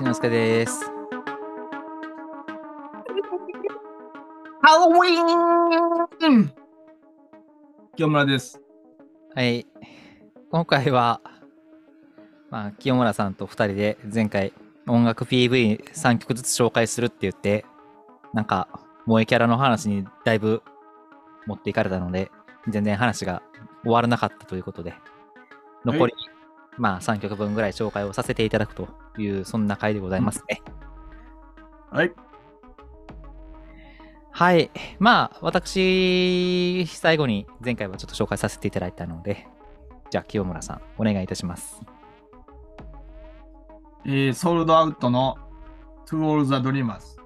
之介です。ハロウィーン清村です。はい。今回は、まあ、清村さんと2人で前回音楽 PV3 曲ずつ紹介するって言って、なんか萌えキャラの話にだいぶ持っていかれたので、全然話が終わらなかったということで、残り、まあ3曲分ぐらい紹介をさせていただくという、そんな回でございますね。はい。はい。まあ、私、最後に前回はちょっと紹介させていただいたので、じゃあ、清村さん、お願いいたします。えー、ソールドアウトの To All the Dreamers。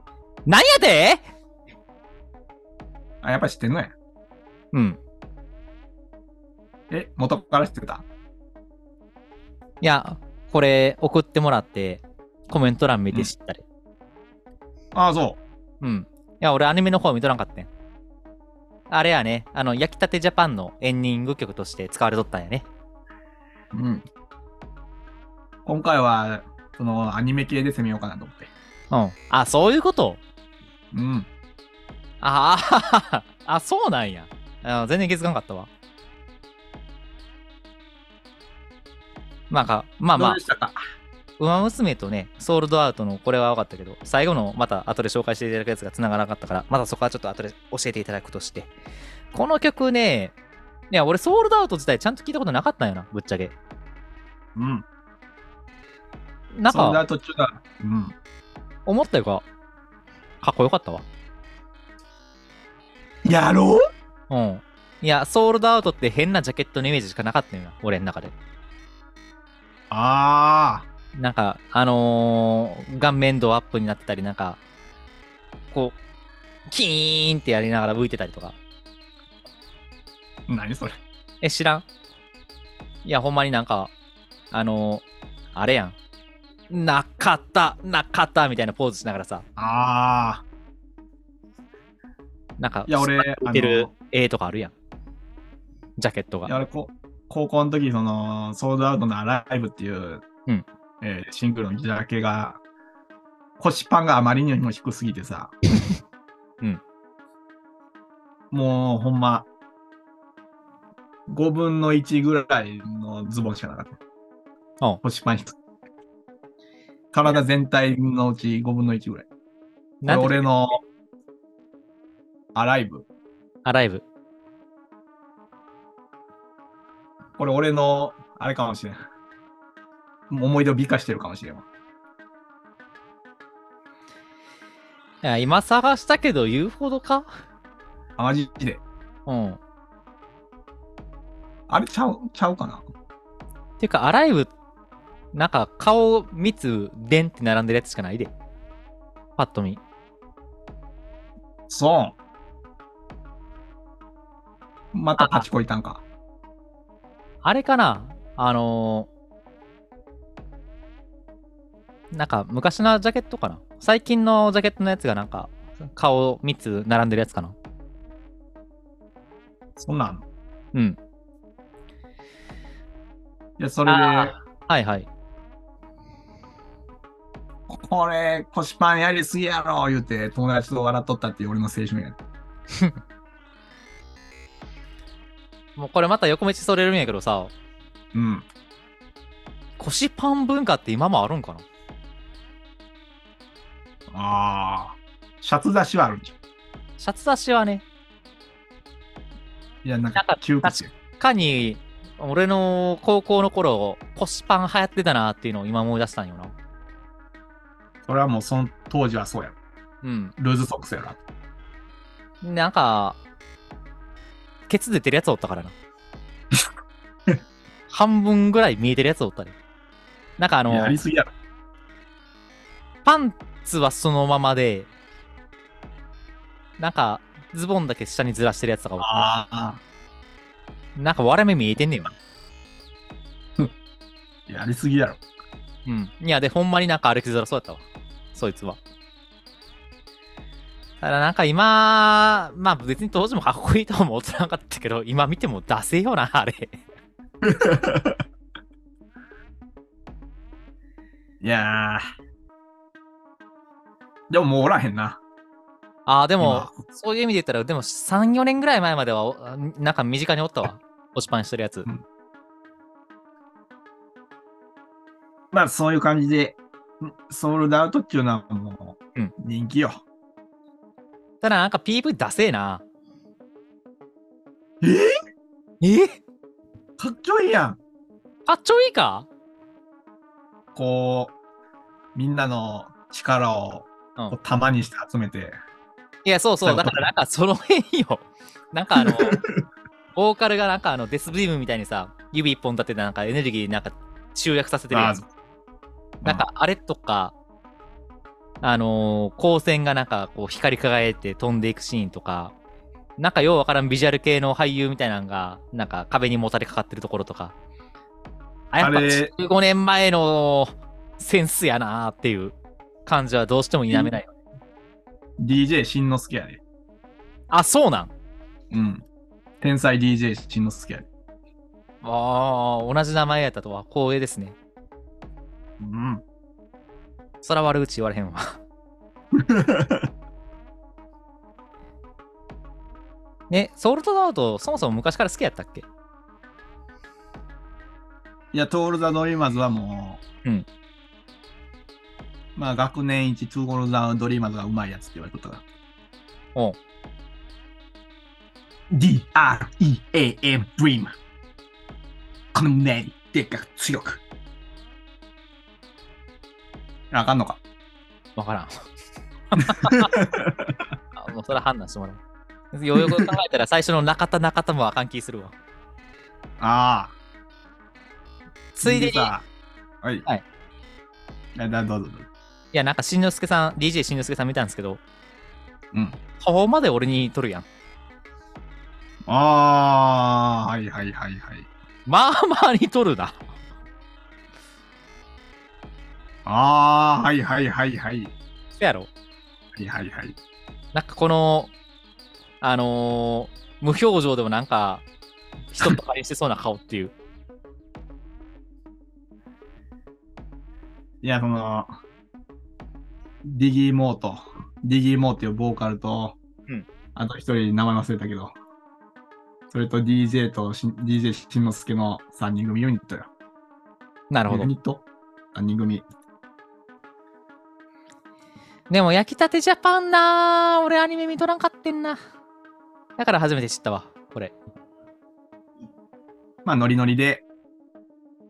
なんやてあ、やっぱ知ってんのや。うん。え、元から知ってたいや、これ、送ってもらって、コメント欄見て知ったり。ああ、そうん。いや、俺、アニメの方見とらんかったん。あれやね、あの、焼きたてジャパンのエンディング曲として使われとったんやね。う。うん。今回は、その、アニメ系で攻めようかなと思って。うん。あ、そういうことうん。ああ、 あ、そうなんや。あ全然気づかなかったわ。まあか、まあまあどうで、したかウマ娘とね、ソールドアウトのこれは分かったけど、最後のまた後で紹介していただくやつが繋がらなかったから、またそこはちょっと後で教えていただくとして。この曲ね、いや、俺ソールドアウト自体ちゃんと聞いたことなかったんよな、ぶっちゃけ。うん。なんソールドアか、ウト中だ。うん。思ったよりか、かっこよかったわ。やろううん。いや、ソールドアウトって変なジャケットのイメージしかなかったよな、俺の中で。ああ。なんか、あのー顔面度アップになってたり、なんか、こう、キーンってやりながら浮いてたりとか。何それ。え、知らんいや、ほんまになんか、あのーあれやん。なかった、なかった、みたいなポーズしながらさ、ああ。なんか、いや、俺、浮あいの、ている絵とかあるやん。ジャケットやが。俺こ、高校の時、その、ソールドアウトのアライブっていう、うんえーシングルのジャケが、腰パンがあまりにも低すぎてさ。 うん。もう、ほんま、5分の1ぐらいのズボンしかなかった。うん腰パン一つ。体全体のうち5分の1ぐらい。なんて俺の、アライブ。アライブ。これ俺の、あれかもしれん。思い出を美化してるかもしれんわ。いや、今探したけど言うほどかあ、マジで。うん。あれちゃう、ちゃうかなていうか、アライブ、なんか、顔3つ、でんって並んでるやつしかないで。パッと見。そう。またパチコいたんか。あれかなあのーなんか、昔のジャケットかな最近のジャケットのやつがなんか、顔3つ並んでるやつかなそんなんあんの。うん。いや、それで、あはいはい。これ、腰パンやりすぎやろ、言うて、友達と笑っとったっていう俺の青春や。もうこれまた横道それるんやけどさ、うん。腰パン文化って今もあるんかなああ。シャツ出しはあるんじゃシャツ出しはね、ん。いや、ななんんかか、中古や。かに、俺の高校の頃、腰パン流行ってたなっていうのを今思い出したんよな。それはもう、その当時はそうやろ。うん。ルーズソックスやろ。なんか、ケツ出てるやつおった からな。半分ぐらい見えてるやつおったり。なんかあいややのり、すぎやろ。パンツはそのままで、なんか、ズボンだけ下にずらしてるやつとかおったああ。なんか割れ目見えてんねんよ。やりすぎやろ。うん。いや、で、ほんまになんか歩きづらそうやったわ。そいつは。ただなんか今、まあ別に当時もかっこいいとは思ってなかったけど、今見てもダセえよな、あれ。いやー。でももうおらへんな。ああ、ででも、、そういう意味で言ったら、でも3、4年ぐらい前までは、おなんか身近におったわ。落ちパンしてるやつ。まあそういう感じで、んソウルダウトっていうのはもううん人気よ。ただ、なんか PV ダセえな。えーえかっちょいいやん。かっちょいいかこう、みんなの力をうんこう玉にして集めて。いや、そうそう。なだんかから、なんかその辺よ。なんかあの、ボーカルがなんかあのデスビームみたいにさ、指一本立ててなんかエネルギーなんか集約させてるやんあーなんかあれとか、あのー光線がなんかこう光り輝いて飛んでいくシーンとか、なんかようわからんビジュアル系の俳優みたいなのが、なんか壁にもたれかかってるところとか。あ、やっぱあれ15年前のセンスやなーっていう感じはどうしても否めないよね。 DJ しんのすけやで。あ、そうなんうん。天才 DJ しんのすけやで。ああ、同じ名前やったとは光栄ですね。うん。そら悪口言われへんわ。ね、ソウルトダウト、そもそも昔から好きやったっけいや、トール・ザ・ドリーマーズはもう、うんまあ、学年一、トール・ザ・ドリーマーズがうまいやつって言われとったかおうら。D-R-E-A-M、ドリーマー。この胸に、でっかく強く。あかんのか。わからん。あもうそれは判断してもらう。ようよく考えたら最初の中田中田もあかん気するわ。ああ。ついでに、いさはい。はいや。だどうぞどうぞ。やなんかしんのすけさん、DJ しんのすけさん見たんですけど、うん。顔まで俺に撮るやん。ああ、はいはいはいはい。まあまあに撮るな。ああ、はいはいはいはい。そやろはいはいはい。なんかこの、あのー無表情でもなんか、人とかにしてそうな顔っていう。いや、その、ディギー・モーと、ディギー・モーっていうボーカルと、うんあと一人名前忘れたけど、それと DJ とし DJ しんのすけの3人組ユニットよ。なるほどユ。ニット ?3 人組。でも焼きたてジャパンなー俺アニメ見とらんかってんな。だから初めて知ったわ、これ。まあ、ノリノリで、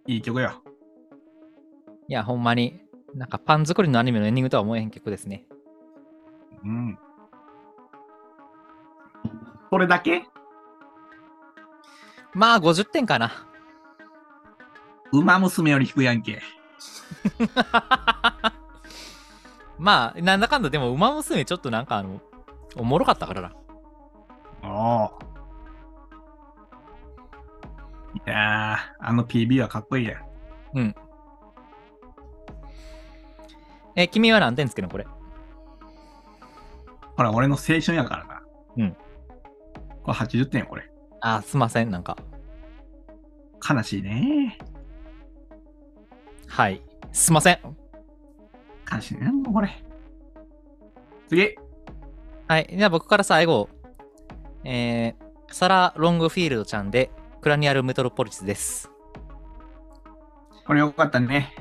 いい曲よ。いや、ほんまに、なんかパン作りのアニメのエンディングとは思えへん曲ですね。うん。それだけまあ、50点かな。 馬娘より低いやんけ。まあ、なんだかんだ、でも、ウマ娘ちょっとなんかあの、おもろかったからな。おお。いやー、あの PB はかっこいいや。え、君は何点つけのこれ。ほら、俺の青春やからな。うん。これ80点や、これ。あ、すいません、なんか。悲しいね。はい。すいません。悲しいね、もうこれ。次。はい。じゃあ、僕から最後、えー、サラ・ロングフィールドちゃんで、クラニアル・メトロポリスです。これよかったね。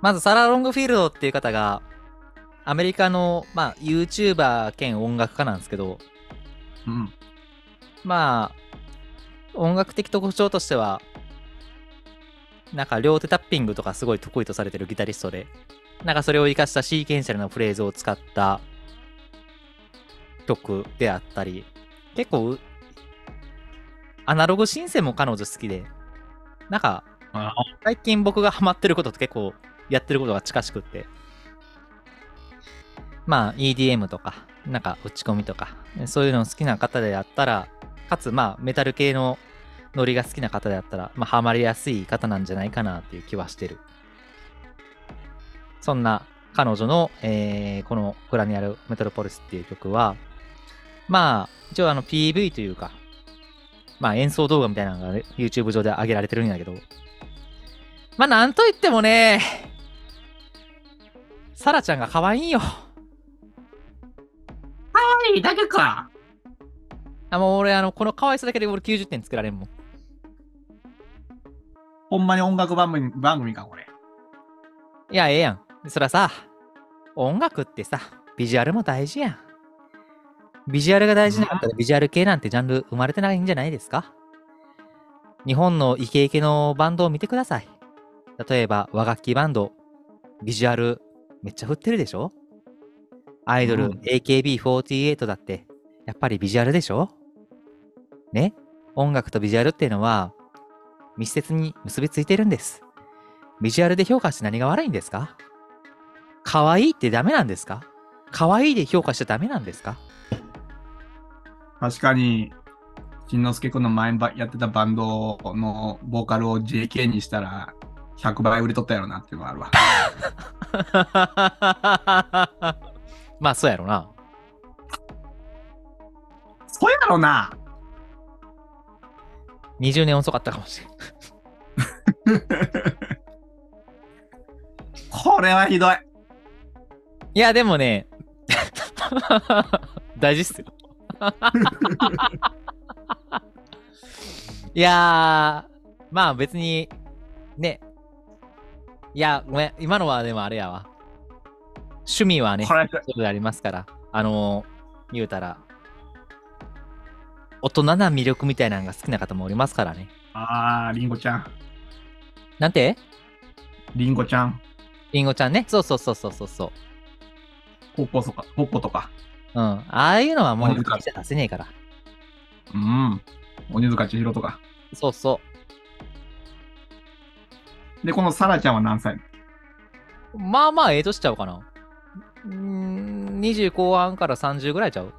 まずサラ・ロングフィールドっていう方が、アメリカの、まあ、YouTuber 兼音楽家なんですけど、うん。まあ、音楽的特徴としては、なんか両手タッピングとかすごい得意とされてるギタリストで、なんかそれを活かしたシーケンシャルなフレーズを使った曲であったり、結構う、アナログシンセも彼女好きで、なんかあ、最近僕がハマってることと結構やってることが近しくって、まあ EDM とか、なんか打ち込みとか、そういうの好きな方であったら、かつまあメタル系のノリが好きな方であったら、まあハマりやすい方なんじゃないかなっていう気はしてる。そんな彼女の、えーこの「クラニアル・メトロポリス」っていう曲は、まあ、一応あの PV というか、まあ演奏動画みたいなのがね YouTube 上で上げられてるんだけど、まあなんといってもね、サラちゃんが可愛いよ。君だけか。あ、もう俺、あの、この可愛さだけで俺90点つけられんもん。ほんまに音楽番組番組か、これ。いや、ええやん。そらさ、音楽ってさ、ビジュアルも大事やん。ビジュアルが大事なかったら、ビジュアル系なんてジャンル生まれてないんじゃないですか日本のイケイケのバンドを見てください。例えば、和楽器バンド、ビジュアルめっちゃ振ってるでしょアイドル、うん AKB48 だって、やっぱりビジュアルでしょね音楽とビジュアルっていうのは、密接に結びついてるんです。ビジュアルで評価して何が悪いんですか可愛いってダメなんですか可愛いで評価しちゃダメなんですか確かに、しんのすけくんの前ばやってたバンドのボーカルを JK にしたら、100倍売れとったやろなっていうのはある わ。 まあ、そうやろな。そうやろな20年遅かったかもしれん。これはひどい。いや、でもね、 大事っす よ。いやー、まあ別に、ね。いや、ごめん、今のはでもあれやわ。趣味はね、こそれ、れでありますから、あのー、言うたら、大人な魅力みたいなのが好きな方もおりますからね。あー、りんごちゃん。なんてりんごちゃん。りんごちゃんね。そうそうそうそうそうそう。ポッポとか、ポッポとか。うん。ああいうのはもう、マジか口じゃ出せねえから。うん。鬼塚千尋とか。そうそう。で、このサラちゃんは何歳まあまあ、ええとしちゃうかな。うーん、20後半から30ぐらいちゃう。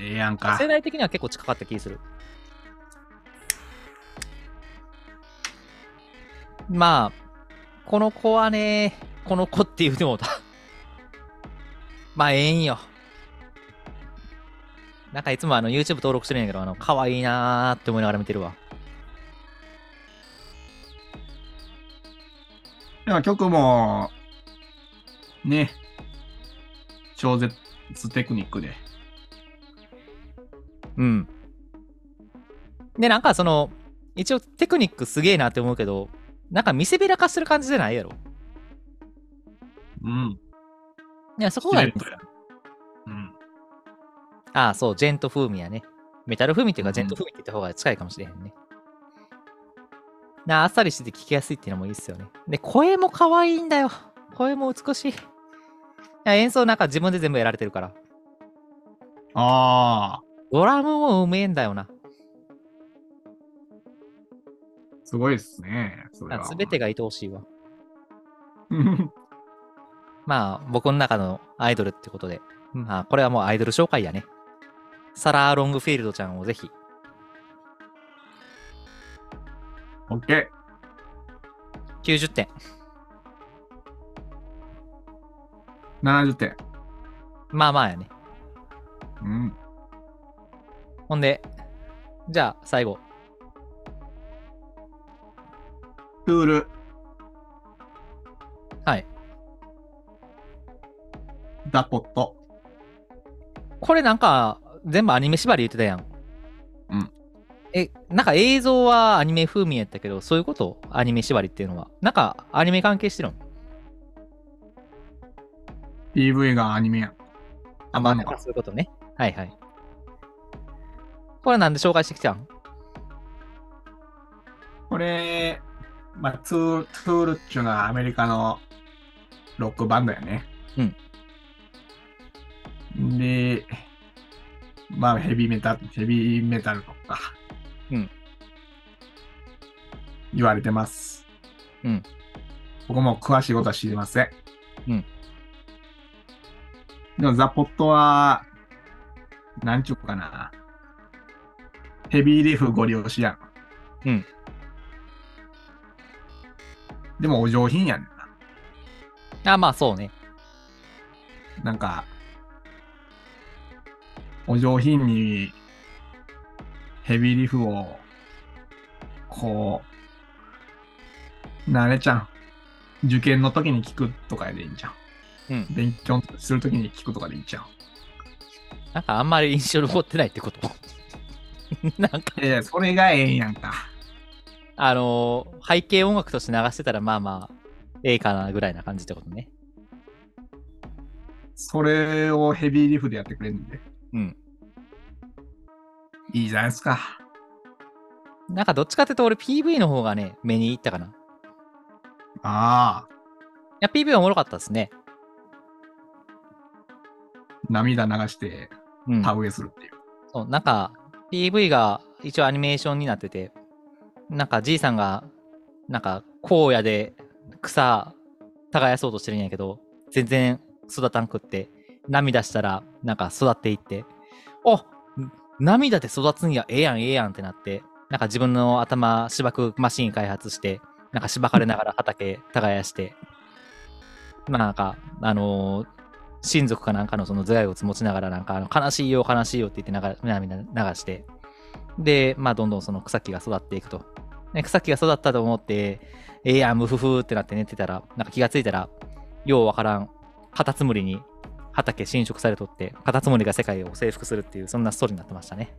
ええやん世代的には結構近かった気する。まあ、この子はね、この子って言うてもうた。まあ、ええんよ。なんかいつもあの YouTube 登録してるんやけど、あの、可愛いなーって思いながら見てるわ。でも曲も、ね、超絶テクニックで。うん。で、なんかその、一応テクニックすげえなって思うけど、なんか見せびらかしてる感じじゃないやろ。うん。いや、そこシがルいエいッ。トや。うん。ああ、そう、ジェント風味やね。メタル風味っていううか、んジェント風味って言った方が近いかもしれへんね。なああっさりしてて聞きやすいっていうのもいいっすよね。で、声も可愛いんだよ。声も美しい。いや演奏なんか自分で全部やられてるから。ああ、ドラムもうめえんだよな。すごいですね。それは。すべ てが愛おしいわ。うん。まあ、僕の中のアイドルってことで。まあ、これはもうアイドル紹介やね。サラー・ロングフィールドちゃんをぜひ。オッケ90点。ー。70点。まあまあやね。うん。ほんで、じゃあ、最後。プール。はい。ダポット。これなんか、全部アニメ縛り言ってたやん。うん。え、なんか映像はアニメ風味やったけど、そういうことアニメ縛りっていうのは。なんか、アニメ関係してるの PV がアニメやん。あ、まあ、そういうことね。はいはい。これなんで紹介してきたんこれ、まあ、ツーツールっちゅうのはアメリカのロックバンドやね。うん。で、まあ、ヘビーメタル、ヘビーメタルとか、うん。言われてます。うん。僕も詳しいことは知りません。うん。でも、ザ・ポットは、なんちゅうかな。ヘビーリーフご利用しやん。でもお上品やねんな。あ、まあそうね。なんか、お上品にヘビーリフを、こう、なあれちゃん。受験の時に聞くとかでいいんじゃん。うん勉強する時に聞くとかでいいんじゃん。なんかあんまり印象に残ってないってことなんか、いやいや、それがええんやんか。あのー背景音楽として流してたらまあまあ、ええかなぐらいな感じってことね。それをヘビーリフでやってくれるんで。うん。いいじゃないですか。なんかどっちかっていうと俺 PV の方がね、目にいったかな。いああ、や、PV はおもろかったですね。涙流してうん。田植えするっていう。そう、なんか、PV が一応アニメーションになってて、なんかじいさんが、なんか荒野で草耕そうとしてるんやけど、全然育たんくって、涙したら、なんか育っていって、お涙で育つんや、ええやん、ええやんってなって、なんか自分の頭、芝生マシン開発して、なんか芝刈れながら畑耕して、まあなんか、あのー親族かなんかのその頭蓋骨持ちながらなんかあの悲しいよ悲しいよって言ってなが涙流してでまあどんどんその草木が育っていくとで草木が育ったと思ってええやんムフフってなって寝てたらなんか気がついたらようわからんカタツムリに畑侵食されとってカタツムリが世界を征服するっていうそんなストーリーになってましたね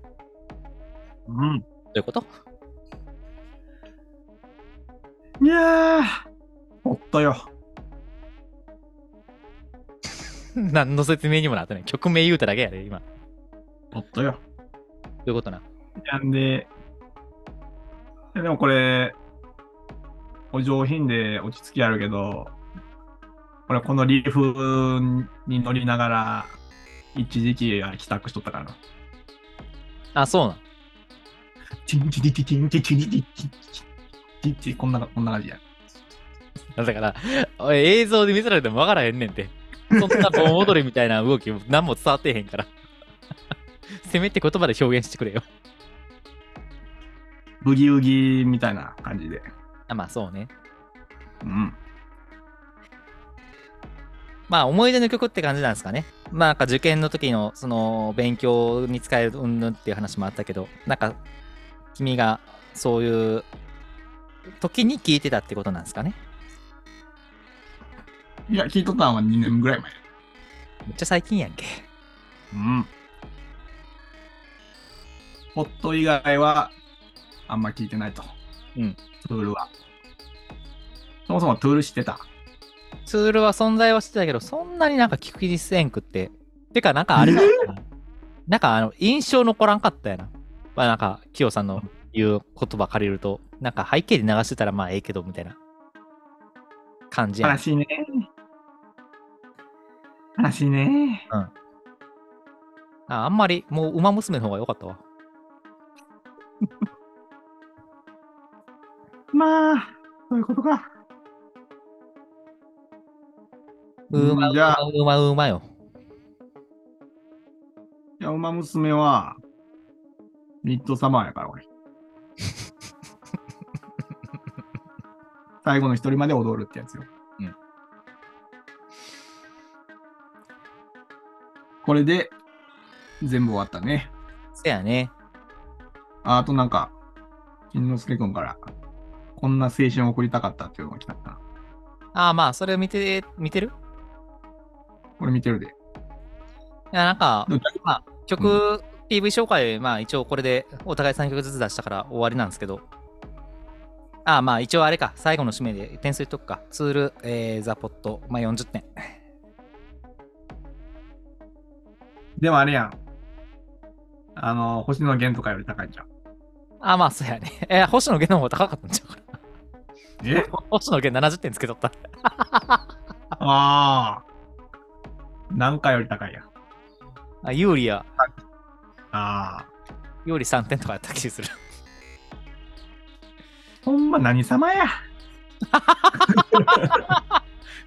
うん。どういうこと いやー、ほっとよ。何の説明にもなってない曲名言うただけやで今どほっとよ。ういうことななんで、いやでもこれ、お上品で落ち着きあるけど、これこのリフに乗りながら、一時期は帰宅しとったからな。あそうなんチンチリティチンチチリティチンチチリティこんな、こんな感じや。だから、おい映像で見せられても分からへんねんて。そんな盆踊りみたいな動き、何も伝わってへんから。 せめて言葉で表現してくれよ。ブギウギみたいな感じで。あまあそうね。うん。まあ思い出の曲って感じなんですかね。まあなんか受験の時のその勉強に使えるうんぬんっていう話もあったけど、なんか君がそういう時に聞いてたってことなんですかね。いや、聞いとったのは2年ぐらい前。めっちゃ最近やんけ。うん。ホット以外は、あんま聞いてないと。うん。トゥールは。そもそもトゥール知ってた。ツールは存在はしてたけど、そんなになんか聞く気にせんくって。てか、なんかあれだ ったな。なんかあの、印象残らんかったやな。まあなんか、キヨさんの言う言葉借りると、なんか背景で流してたらまあええけど、みたいな感じや悲な。しいね。悲しいね。ああんまり、もう、馬娘の方が良かったわ。まあ、そういうことか。うま、うじゃまあ、うま、うまよ。いや、馬娘は、ミッドサマー やから、俺。最後の一人まで踊るってやつよ。うんこれで、全部終わったね。せやね。ああとなんか、金之助君から、こんな青春を送りたかったっていうのが来たな。ああ、まあ、それを見て、見てるこれ見てるで。いや、なんか、うんまあ、曲、PV 紹介、まあ一応これでお互い3曲ずつ出したから終わりなんですけど、ああまあ一応あれか、最後の締めで点数言っとくか。ツール、えー、ザポット、まあ40点。でもあれやん。あの、星野源とかより高いじゃん。ああまあそうやね。 えー星野源の方が高かったんちゃうかな。え 星野源70点つけとった。ああ。なんかより高いやん。あ、ユーリや、ああ。ユーリ3点とかやった気する。 ほんま何様や。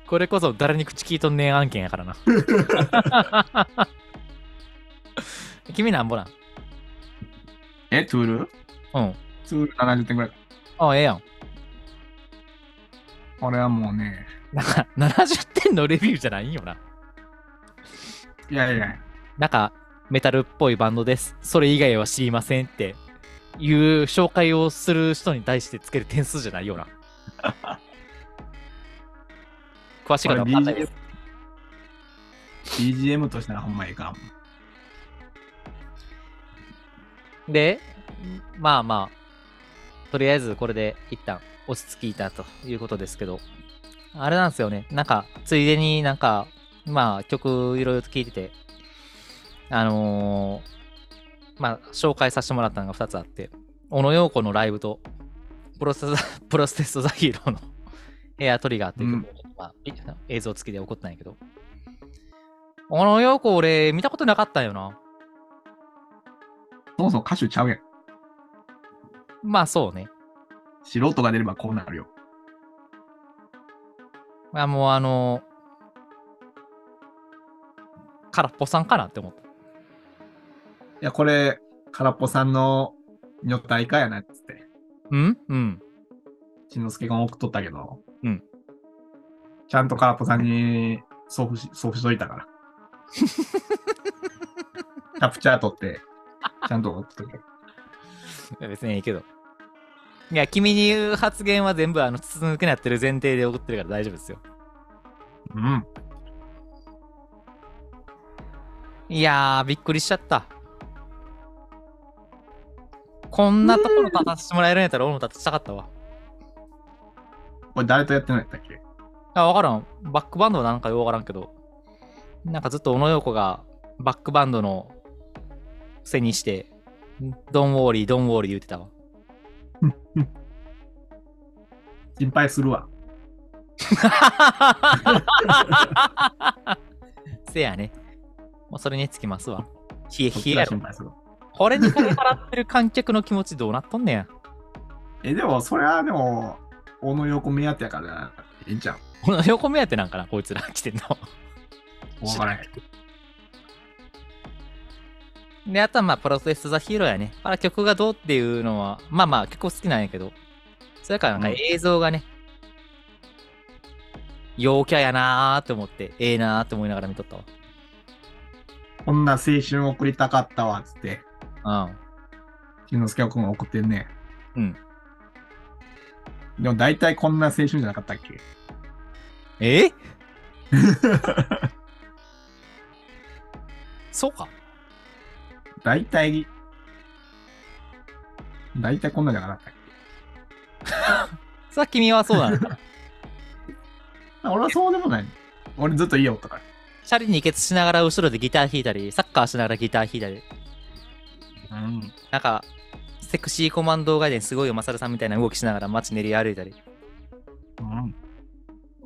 これこそ誰に口聞いとんねん案件やからな。 君なんぼなん。え、トゥールうん。トゥール70点ぐらい。ああ、ええやん。これはもうね、なんか70点のレビューじゃないんよな。いやいや、なんか、メタルっぽいバンドです。それ以外は知りませんっていう紹介をする人に対してつける点数じゃないような。詳しいことは分かんないです。 BGM としたらほんまいいかも。で、まあまあ、とりあえずこれで一旦落ち着きいたということですけど、あれなんですよね。なんか、ついでになんか、まあ曲いろいろと聴いてて、あのーまあ紹介させてもらったのが2つあって、小野陽子のライブと、プロセス プロセストザヒーローのエアトリガーっていう曲を、まあい映像付きで起こってないけど、小野陽子俺見たことなかったよな。そもそも歌手ちゃうやん。まあそうね。素人が出ればこうなるよ。あもうあのー空っぽさんかなって思った。いや、これ、空っぽさんの女体化やなっつって、うんうん。しんのすけが送っとったけど、うん。ちゃんと空っぽさんに送付し送付しといた から。キャプチャー取って、ちゃんと送っといた。いや別にいいけど。いや、君に言う発言は全部、あの、筒抜けになってる前提で送ってるから大丈夫ですよ。うん。いやー、びっくりしちゃった。こんなところ立たせてもらえるんやったら俺も立たせたかったわ。これ誰とやってないんだっけあ、わからん。バックバンドはなんかよくわからんけど、なんかずっと小野洋子がバックバンドの背にして、ドンウォーリー、ドンウォーリー言ってたわ。心配するわ。 せやね。もうそれにつきますわ。冷えそ冷えっちやがろ心。配するわ。これに金払ってる観客の気持ちどうなっとんねや。え、でも、それはでも、大野横目当てやから、いいんちゃこの横目当てなんかな、こいつら 来てんの。うわからへん。で、あとはまあ、プロセス・ザ・ヒーローやね。あら、曲がどうっていうのは、まあまあ、結構好きなんやけど。それからなんかうん映像がね、陽キャやなーって思って、ええなーって思いながら見とったこんな青春を送りたかったわ、つって、わ。うん。しんのすけくんが送ってんね。うん。でも、大体こんな青春じゃなかったっけえ そうか大体、大体こんなんじゃなかったっさあ君はそうなのかけ俺はそうでもない。俺ずっと家おったから。チャリにケツしながら後ろでギター弾いたりサッカーしながらギター弾いたりうん。なんかセクシーコマンド外伝すごいよマサルさんみたいな動きしながら街練り歩いたりうん。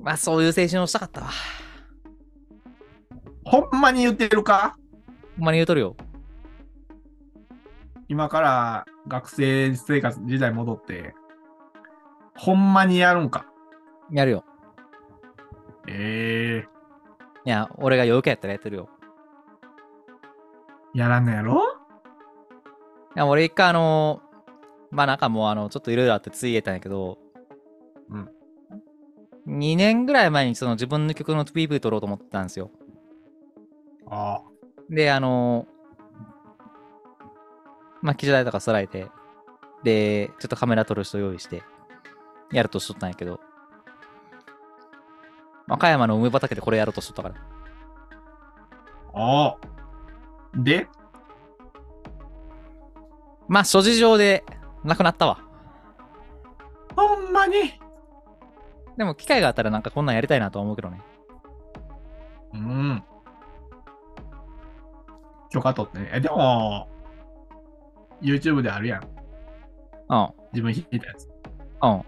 まあそういう青春をしたかったわほんまに言ってるかほんまに言うとるよ今から学生生活時代戻って、ほんまにやるんか。やるよええいや俺が陽キャやったらやってるよやらんのやろいや俺一回あのまあなんかもうあのちょっといろいろあってついえたんやけどうん2年ぐらい前にその自分の曲の PV 撮ろうと思ってたんですよああ。で、あのまあ、機材とか揃えて、で、ちょっとカメラ撮る人用意して、やるとしとったんやけど、和歌山の梅畑でこれやろうとしとったから。ああ。で、まあ、諸事情でなくなったわ。ほんまに。でも、機会があったらなんかこんなんやりたいなとは思うけどね。うん。許可取ってね。え、でも、YouTube であるやん。うん、自分弾いたやつ。うん。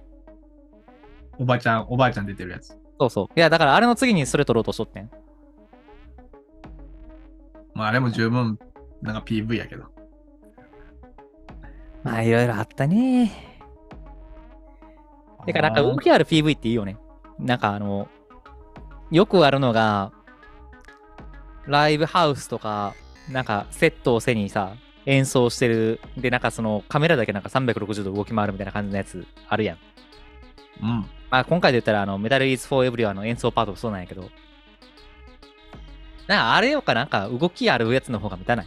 おばちゃん、おばあちゃん出てるやつ。そうそう。いや、だからあれの次にそれ撮ろうとしとってん。まあ、あれも十分、なんか PV やけど。まあ、いろいろあったね。てか、なんかあー動きある PV っていいよね。なんかあの、よくあるのが、ライブハウスとか、なんかセットを背にさ、演奏してる。で、なんかそのカメラだけなんか360度動き回るみたいな感じのやつあるやん。うん。まあ今回で言ったら、あの、メタルイズ・フォー・エブリワンの演奏パートもそうなんやけど、なんかあれよかなんか動きあるやつの方が見たない。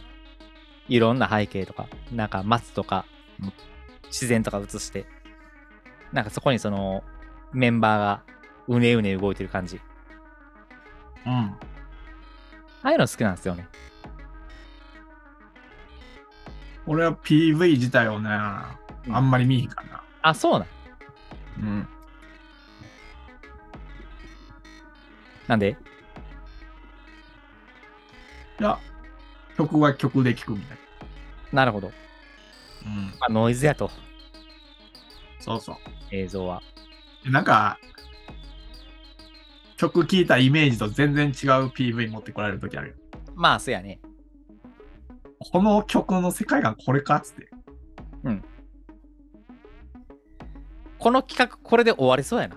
いろんな背景とか、なんか松とかうん、自然とか映して、なんかそこにその、メンバーがうねうね動いてる感じ。うん。ああいうの好きなんですよね。俺は PV 自体をね、あんまり見えへんかな。あ、そうなん。うん。なんでいや、曲は曲で聴くみたいなるほど。な。うん。まあ、ノイズやと、そうそう。映像は。でなんか、曲聴いたイメージと全然違う PV 持ってこられる時あるよ。まあ、そうやね。この曲の世界観これかっつって。この企画、これで終わりそうやな。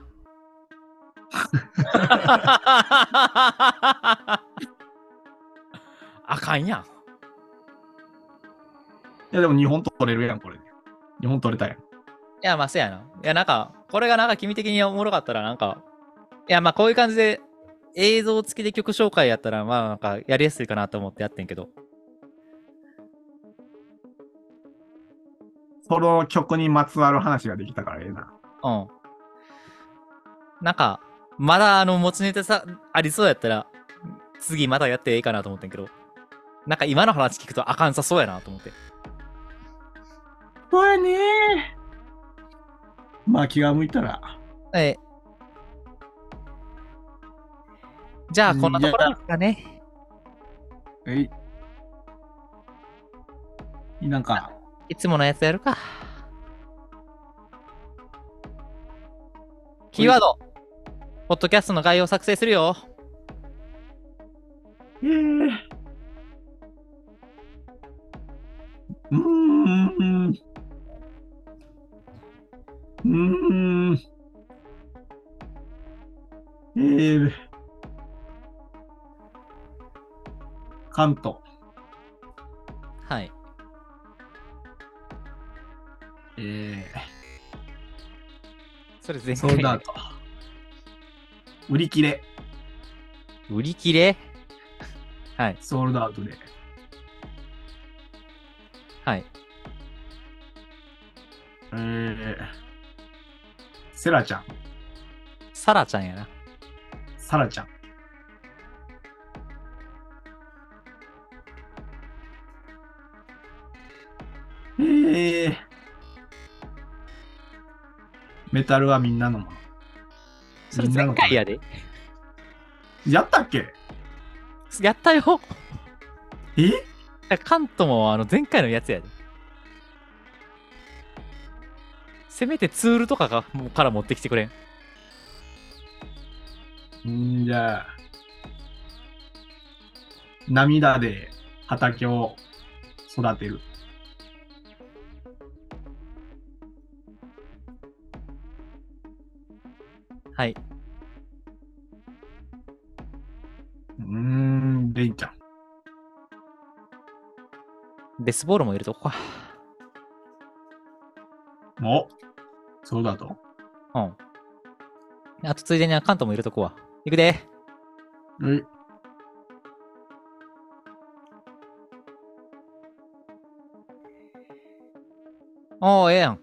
あかんやん。いやでも日本取れるやん、これで。日本取れたやん。いや、まあ、そうやな。いや、なんか、これがなんか君的におもろかったら、なんか、いや、まあ、こういう感じで映像付きで曲紹介やったら、まあ、なんか、やりやすいかなと思ってやってんけど。その曲にまつわる話ができたからええな。うん。なんか、まだ、あの、持ちネタさ、ありそうやったら、次またやっていいかなと思ってんけど。なんか、今の話聞くとあかんさそうやなと思って。怖いねまあ気が向いたら。ええ。じゃあ、うんこんなところですかね。えい。なんか、いつものやつやるか。キーワード。ポッドキャストの概要作成するよ。ええうーん。うーん。ええ関東。はい。ええそれ全ソールドアウト。売り切れ。売り切れはい。ソールドアウトで。はい。ええセラちゃん。サラちゃんやな。サラちゃん。ええメタルはみんなのもの。それ前回やで。やったっけやったよ。えカントもあの前回のやつやで。せめてツールとかがもうから持ってきてくれん。んじゃあ、涙で畑を育てる。はい。うーん、レンちゃん。デスボールも入れとこうか。おそうだと。うん。あとついでにカントも入れとこうわ。いくで。えおお、ええやん。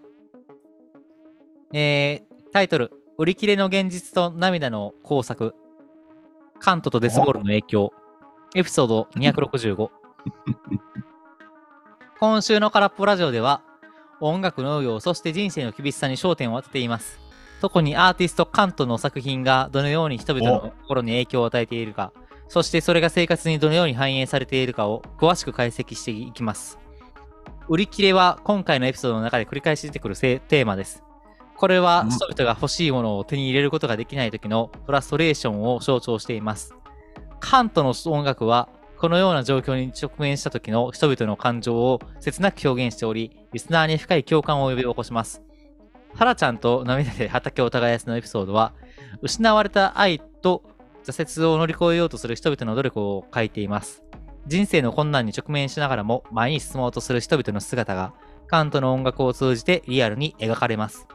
えー、タイトル、売り切れの現実と涙の工作。カントとデスボールの影響。エピソード265。今週の空っぽラジオでは、音楽農業、そして人生の厳しさに焦点を当てています。特にアーティストカントの作品がどのように人々の心に影響を与えているか、そしてそれが生活にどのように反映されているかを詳しく解析していきます。売り切れは今回のエピソードの中で繰り返し出てくるせテーマです。これはうん人々が欲しいものを手に入れることができない時のフラストレーションを象徴しています。カントの音楽はこのような状況に直面した時の人々の感情を切なく表現しており、リスナーに深い共感を呼び起こします。ハラちゃんと涙で畑を耕すのエピソードは、失われた愛と挫折を乗り越えようとする人々の努力を書いています。人生の困難に直面しながらも前に進もうとする人々の姿が、カントの音楽を通じてリアルに描かれます。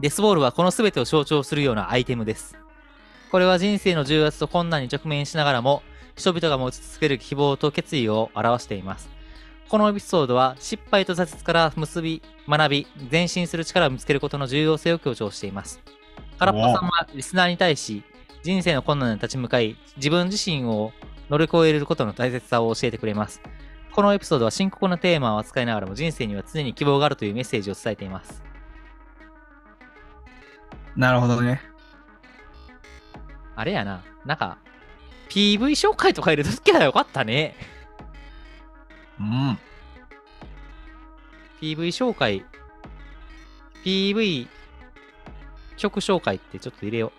デスボールはこの全てを象徴するようなアイテムです。これは人生の重圧と困難に直面しながらも、人々が持ち続ける希望と決意を表しています。このエピソードは失敗と挫折から結び、学び、前進する力を見つけることの重要性を強調しています。空っぽさんはリスナーに対し、人生の困難に立ち向かい、自分自身を乗り越えることの大切さを教えてくれます。このエピソードは深刻なテーマを扱いながらも人生には常に希望があるというメッセージを伝えています。なるほどね。あれやな、なんか、PV 紹介とか入れときゃよかったね。うん。 PV 紹介、PV 曲紹介ってちょっと入れよ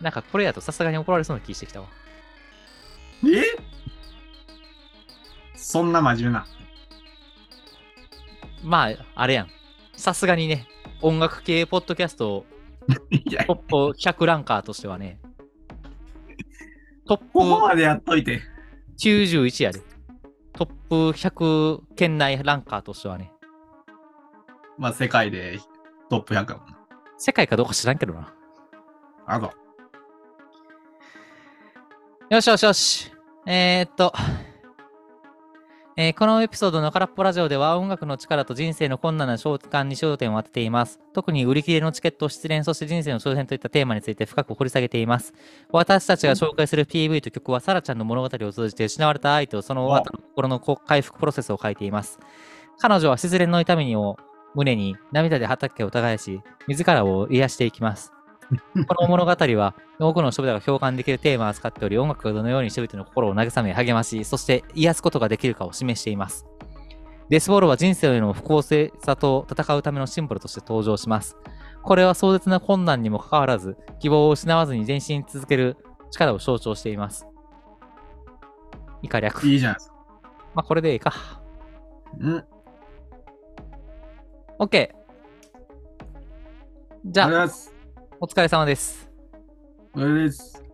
う。なんかこれやとさすがに怒られそうな気してきたわ。えそんな真面目な。まあ、あれやん。さすがにね、音楽系ポッドキャストいや、トップ100ランカーとしてはね、トここップまでやっといて。 91やで。トップ100圏内ランカーとしてはね、まあ、世界でトップ100やもんな。世界かどうか知らんけどな。あと。よしよしよし。えー、っと、えーこのエピソードの空っぽラジオでは音楽の力と人生の困難な瞬間に焦点を当てています。特に売り切れのチケット、失恋、そして人生の挑戦といったテーマについて深く掘り下げています。私たちが紹介する PV と曲は、サラちゃんの物語を通じて失われた愛とその後の心のこ回復プロセスを書いています。彼女は失恋の痛みを胸に涙で畑を耕し、自らを癒していきます。この物語は多くの人々が共感できるテーマを扱っており、音楽がどのように人々の心を慰め、励まし、そして癒すことができるかを示しています。デスボールは人生への不公正さと戦うためのシンボルとして登場します。これは壮絶な困難にもかかわらず、希望を失わずに前進続ける力を象徴しています。以下略。いいじゃないですか。まあ、これでいいか。うん。 OK! じゃあ、ありがとうございます。お疲れ様です。これです。